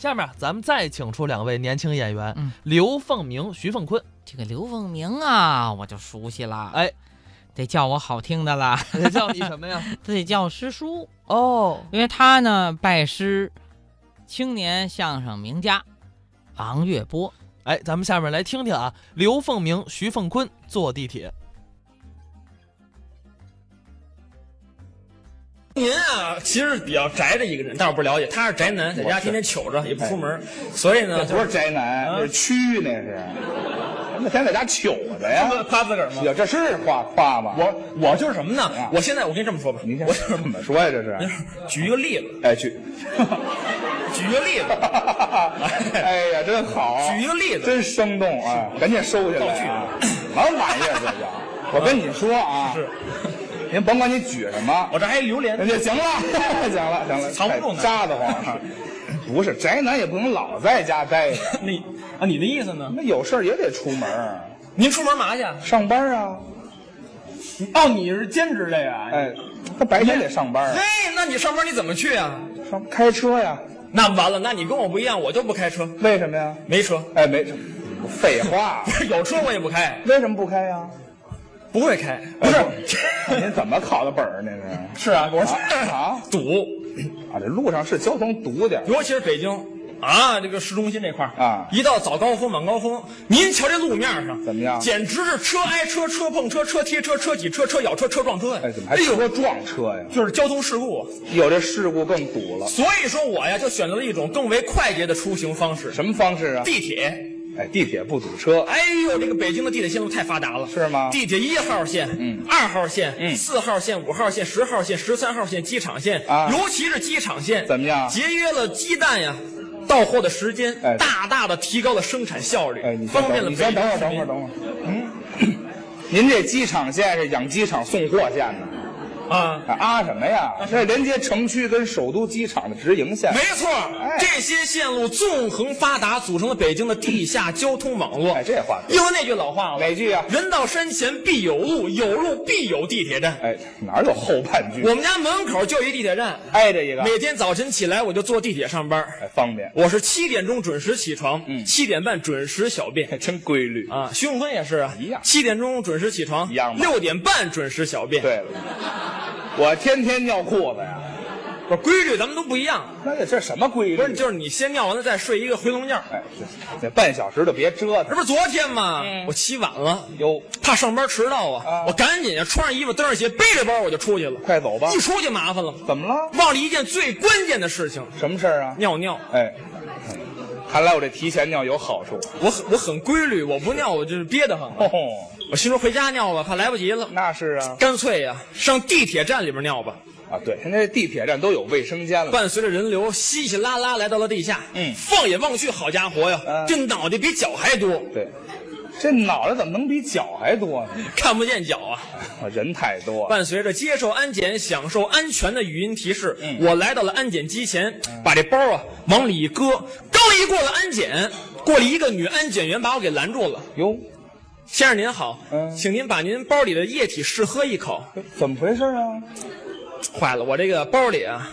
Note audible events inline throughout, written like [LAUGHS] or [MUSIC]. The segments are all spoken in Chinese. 下面咱们再请出两位年轻演员，嗯刘凤鸣、徐凤坤。这个刘凤鸣啊，我就熟悉了，哎，得叫我好听的了，这 [LAUGHS] 叫你什么呀？得叫师叔，哦，因为他呢拜师青年相声名家王月波。 [LAUGHS] 哎，咱们下面来听听啊，刘凤鸣、徐凤坤坐地铁。您啊，其实比较宅的一个人，但我不了解，他是宅男，在家天天糗着，也不出门，所以呢，不是宅男，啊那是蛆，那是。那天在家糗着呀他，不夸自个儿吗？有这是话话吗？我我就是什么呢啊？我现在我跟你这么说吧，您我这就是怎么说呀？这是，举一个例子，[LAUGHS] 哎去，举一个 [LAUGHS] 例子，哎呀，真好，举一个例子真生动啊！赶紧收下来啊，什么玩意儿这叫？ [LAUGHS] 我跟你说啊，是，您甭管你举什么，我这还榴莲那，就行了， [LAUGHS] 行了，行了，藏不住呢太扎得 [LAUGHS] 慌。不是宅男也不能老在家待着，那啊，你的意思呢？那有事儿也得出门儿您出门嘛去？上班啊。哦，你是兼职的呀？哎，他白天得上班啊，嘿，那你上班你怎么去啊？上开车呀？那完了，那你跟我不一样，我就不开车，为什么呀？没车， [LAUGHS] 哎，没什么，废话不，是有车我也不开，为什么不开呀？不会开，不是哎，您怎么考的本儿？那是 [LAUGHS] 是啊，我说啊堵，啊，这路上是交通堵点儿，尤其是北京啊，这个市中心这块儿啊一到早高峰、晚高峰，您瞧这路面上怎么样简直是车挨车、车碰车、车贴车、车挤车、车咬车、车撞车呀！哎，怎么还车撞车呀？就是交通事故，啊有这事故更堵了。所以说我呀就选择了一种更为快捷的出行方式，什么方式啊？地铁。哎，地铁不堵车，哎呦，这个北京的地铁线路太发达了，是吗地铁一号线、嗯二号线、嗯四号线、五号线、十号线、十三号线、机场线，啊尤其是机场线，怎么样节约了鸡蛋呀。到货的时间，哎大大的提高了生产效率，哎，你先方便等，了你北先京等会儿，市等会民儿，等会儿。嗯，您这机场线是养鸡场送货线呢？啊，啊啊什么呀？这连接城区跟首都机场的直营线。没错，哎这些线路纵横发达，组成了北京的地下交通网络。哎，这话对应了那句老话了，哪句啊人到山前必有路，有路必有地铁站。哎，哪有后半句？我们家门口就有一地铁站，挨着一个，每天早晨起来我就坐地铁上班。哎，方便，我是七点钟准时起床，嗯七点半准时小便 [LAUGHS] 还真规律。啊。徐永坤也是啊，一样七点钟准时起床，一样吗六点半准时小便，，对了，我天天尿裤子呀，不是规律，咱们都不一样。那得这什么规律？不是，就是你先尿完了再睡一个回笼觉。哎，这这半小时就别折这腾不是昨天吗？我起晚了，哟，怕上班迟到啊，啊我赶紧啊穿上衣服，蹬上鞋，背着包我就出去了。快走吧一出去麻烦了，怎么了？忘了一件最关键的事情什么事儿——？啊尿尿。哎，看来我这提前尿有好处。我很我很规律，我不尿我就是憋得很了。哦，我心说回家尿吧，怕来不及了，那是啊，干脆呀、上地铁站里边尿吧。啊对，现在地铁站都有卫生间了。伴随着人流稀稀拉拉来到了地下，嗯放眼望去，好家伙呀，嗯这脑袋比脚还多，对，这脑袋怎么能比脚还多呢？看不见脚啊。人太多了。伴随着接受安检、享受安全的语音提示，嗯我来到了安检机前，把这包啊往里一搁，刚一过了安检，过了一个女安检员把我给拦住了。哟，先生您好，嗯请您把您包里的液体试喝一口。怎么回事啊？坏了，我这个包里啊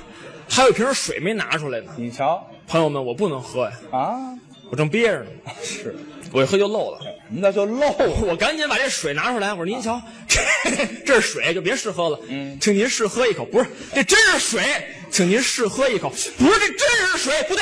还有一瓶水没拿出来呢。你瞧朋友们，我不能喝呀，啊，我正憋着呢，是我一喝就漏了。什么叫做哎漏啊？我赶紧把这水拿出来，我说您瞧，这是水，就别试喝了。嗯请您试喝一口，不是，这真是水，请您试喝一口，不是，这真是水，不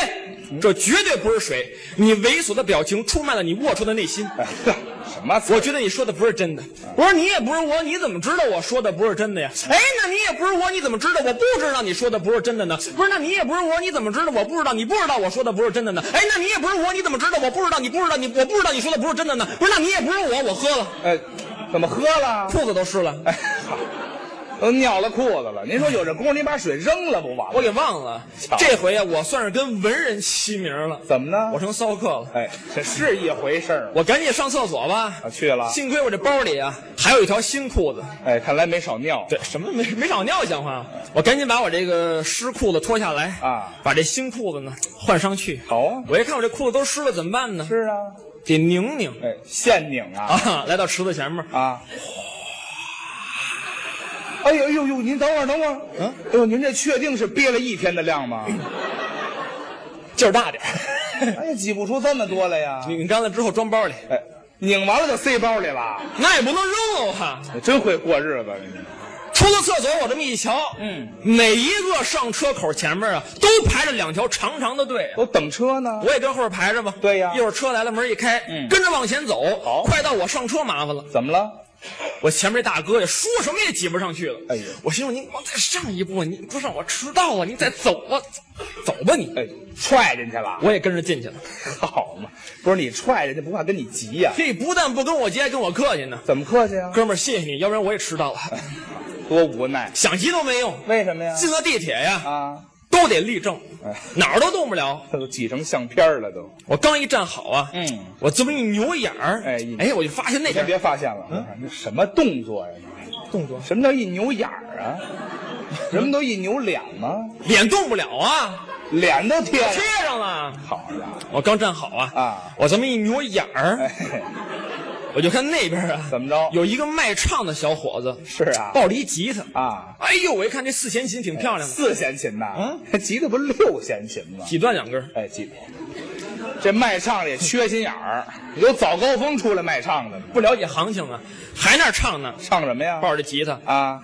嗯对，这绝对不是水。你猥琐的表情出卖了你龌龊的内心。哎呵什么词？我觉得你说的不是真的。我说你也不是我，你怎么知道我说的不是真的呀？哎，那你也不是我，你怎么知道我不知道你说的不是真的呢？不是，那你也不是我，你怎么知道我不知道你不知道我说的不是真的呢？哎，那你也不是我，你怎么知道我不知道你不知道你我不知道你说的不是真的呢？不是，那你也不是我，我喝了。哎，怎么喝了？裤子都湿了，哎，好都尿了裤子了。您说有这功夫，您把水扔了不完了？我给忘了巧。这回啊，我算是跟文人齐名了，怎么呢？我成骚客了。哎，这是一回事儿。我赶紧上厕所吧啊，。去了。幸亏我这包里啊还有一条新裤子。哎，看来没少尿。对，什么没没少尿，像话。我赶紧把我这个湿裤子脱下来啊把这新裤子呢换上去。好啊我一看我这裤子都湿了，怎么办呢？是啊。得拧拧哎，现拧啊啊！来到池子前面，啊。哎呦哎呦 [LAUGHS] 呦！您等会儿，等会儿。嗯。哎呦，您这确定是憋了一天的量吗？劲儿大点儿。 [LAUGHS] 哎呀，挤不出这么多来呀！你你干了之后装包里，哎，拧完了就塞包里了，那也不能扔啊。你真会过日子，你出了厕所，我这么一瞧，嗯，每一个上车口前面啊，都排着两条长长的队啊。都等车呢。我也跟后边排着吧。对呀一会儿车来了，门一开，嗯跟着往前走。好快到我上车麻烦了。怎么了？我前面大哥呀，说什么也挤不上去了。哎呦我心说您往再上一步，您不让我迟到啊，您再走啊，走吧你。哎，踹进去了。我也跟着进去了。好嘛，不是你踹人家不怕跟你急呀、嘿，不但不跟我急，还跟我客气呢。怎么客气啊？哥们儿，谢谢你，要不然我也迟到了。哎多无奈。想急都没用，为什么呀？进了地铁呀，啊，都得立正哎，哪儿都动不了。这都挤成相片儿了都。我刚一站好啊，嗯我这么一扭眼儿，哎哎一我就发现那你边先别发现了，嗯、这什么动作呀？动作，什么叫一扭眼儿啊？人们都一扭脸吗？脸动不了啊，脸都贴贴了。上了。好家伙！我刚站好啊，哎啊我这么一扭眼儿，哎，我就看那边啊，怎么着有一个卖唱的小伙子，是哦啊抱着一吉他，啊，哎呦，我一看这四弦琴挺漂亮的，四弦琴呐，嗯，急的不是六弦琴吗？几段两根儿，哎，记这卖唱的也缺心眼儿，有早高峰出来卖唱的呢。不了解行情啊，还那儿唱呢，唱什么呀？抱着吉他，啊，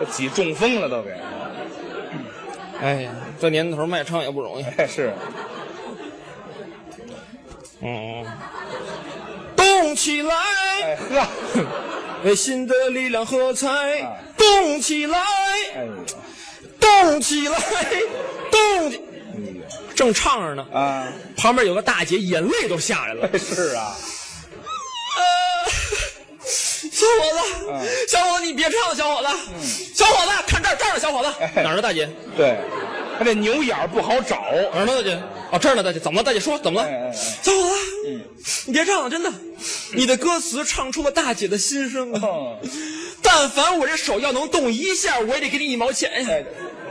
都挤中风了都给。哎呀，这年头卖唱也不容易，哎，是嗯，动起来。哎呵，为新的力量喝彩啊，动起来，哎呦，动起来，动起！哎呦正唱着呢，啊，旁边有个大姐，眼泪都下来了。哎是啊，呃，嗯小伙啊子，小伙子，你别唱了，小伙子，小伙子，看这儿，这儿呢，小伙子，嗯哎哪儿呢，大姐？对，他这牛眼儿不好找。哪儿呢，大姐？哦，这儿呢，大姐，怎么了？大姐说怎么哎哎了？哎小伙子，你别唱了，真的，你的歌词唱出了大姐的心声啊！嗯，但凡我这手要能动一下，我也得给你一毛钱呀。哎，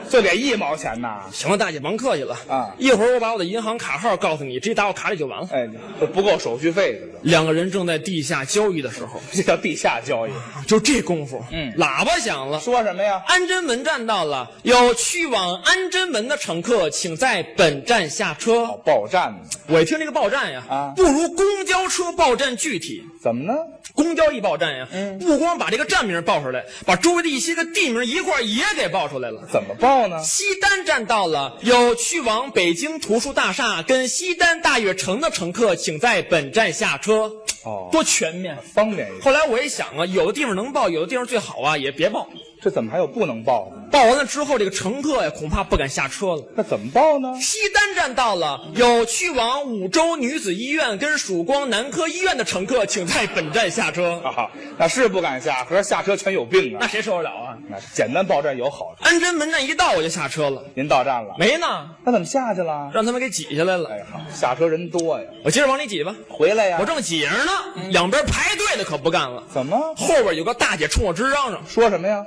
就得一毛钱呐。行了，大姐，甭客气了啊一会儿我把我的银行卡号告诉你，直接打我卡里就完了。哎，都不够手续费的都，两个人正在地下交易的时候， [LAUGHS] 啊这叫地下交易。就这功夫，嗯喇叭响了，说什么呀？安贞门站到了，有去往安贞门的乘客，请在本站下车。哦，报站呢？我一听这个报站呀，啊不如公交车报站具体。怎么呢？公交一报站呀，不光把这个站名报出来，把周围的一些个地名一块儿也给报出来了。怎么报呢？西单站到了，有去往北京图书大厦跟西单大悦城的乘客，请在本站下车。哦多全面。方便一点。后来我一想啊，有的地方能报，有的地方最好啊，也别报。这怎么还有不能报的呢？报完了之后，这个乘客呀，恐怕不敢下车了。那怎么报呢？ [LAUGHS] 西单站到了，有去往五洲女子医院跟曙光男科医院的乘客，请在本站下车。啊，那是不敢下，可是下车全有病那啊。谁受得了啊？那简单报站有好处。安贞门站一到，我就下车了。您到站了，没呢，那怎么下去了？让他们给挤下来了。哎，好，下车人多呀，我接着往里挤吧。回来呀。嗯我正挤着呢，两边排队的可不干了。怎么后边有个大姐冲我直嚷嚷说什么呀？：“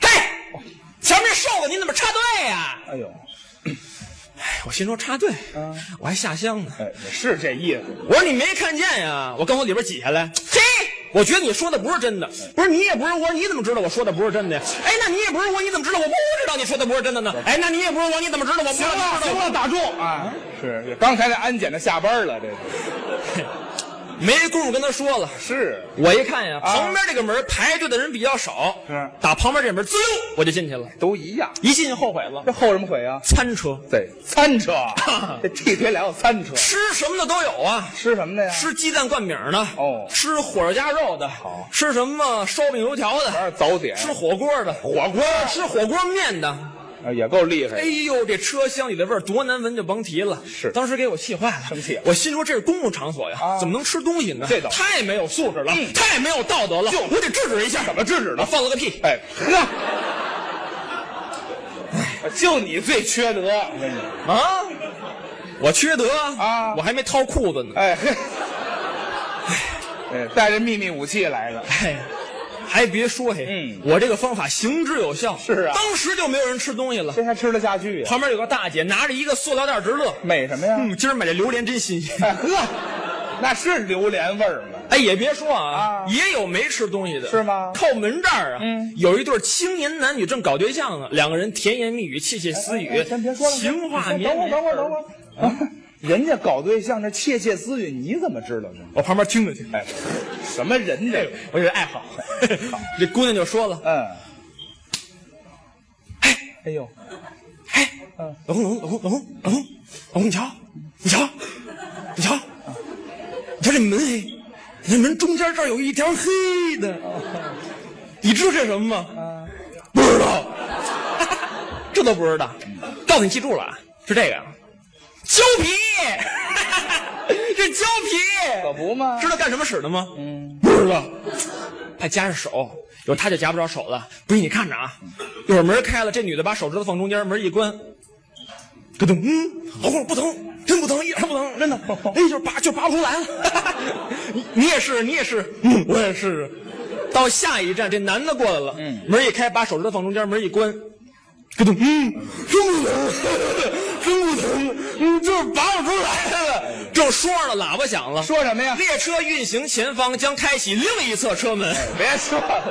嘿，前面瘦子您怎么插队呀、哎哎呦，我心说插队，嗯我还下乡呢。哎，是这意思。我说你没看见呀？我刚从里边挤下来。嘿，我觉得你说的不是真的，不是你也不是我，你怎么知道我说的不是真的呀？哎，那你也不是我，你怎么知道我不知道你说的不是真的呢？哎，那你也不是我，你怎么知道我不知道？嗯行了，打住啊！是，刚才那安检的下班了，这是没工夫跟他说了。是我一看呀，啊旁边这个门排队的人比较少，是打旁边这门滋溜我就进去了，都一样。一进去后悔了这，后什么悔啊？餐车。对，餐 [LAUGHS] 车，这地铁里还有餐车，吃什么的都有啊，吃什么的呀？吃鸡蛋灌饼的，哦吃火烧夹肉的，好吃什么烧饼油条的，还是早点？吃火锅的，火锅吃火锅面的。啊也够厉害哎的。呦，这车厢里的味儿多难闻就甭提了。是当时给我气坏了，生气我心说这是公共场所呀，啊怎么能吃东西呢？这倒是太没有素质了，嗯太没有道德了，我得制止一下。怎么制止我的？放了个屁，哎，呵，哎就你最缺德，我跟你说啊！我缺德啊我还没掏裤子呢。哎嘿，哎，带着秘密武器来的，哎，还别说嘿，嗯我这个方法行之有效。是啊当时就没有人吃东西了。这还吃得下去呀？旁边有个大姐拿着一个塑料袋直乐。嗯美什么呀？嗯，今儿买这榴莲真新鲜。哎呵，那是榴莲味儿吗？哎，也别说啊，啊也有没吃东西的，是吗靠门这儿啊，嗯有一对青年男女正搞对象呢，两个人甜言蜜语、窃窃私语，哎哎先别说了，情话你绵先等绵。会儿，等会儿，等会儿。啊人家搞对象这窃窃私语，你怎么知道的？我旁边听着去，哎，什么人这？我有爱 [LAUGHS] 好。 [LAUGHS] 这姑娘就说了嗯，哎呦，：“哎老公，老公，老公，老公，老公，老公，你瞧，你瞧，你瞧，你瞧这门嘿，这门中间这儿有一条黑的，你知道这是什么吗？啊不知道， [LAUGHS] 这都不知道。告诉你，记住了，啊，是这个啊，胶皮， [LAUGHS] 这胶可皮，不吗？知道干什么使的吗？嗯，不知道，还夹着手，有他就夹不着手了。不信你看着啊，一会儿门开了，这女的把手指头放中间，门一关，咯噔，嗯，好不疼，真不疼，一点儿不疼，真的，哎，就是拔就拔不出来了。 [LAUGHS] 你你也是，你也是，嗯，我也是。到下一站，这男的过来了，嗯，门一开，把手指头放中间，门一关，咯噔，嗯，真不疼， [LAUGHS] 真不疼，嗯，就是拔不出来了。正说着呢，喇叭响了，说什么呀？列车运行前方将开启另一侧车门。别说了，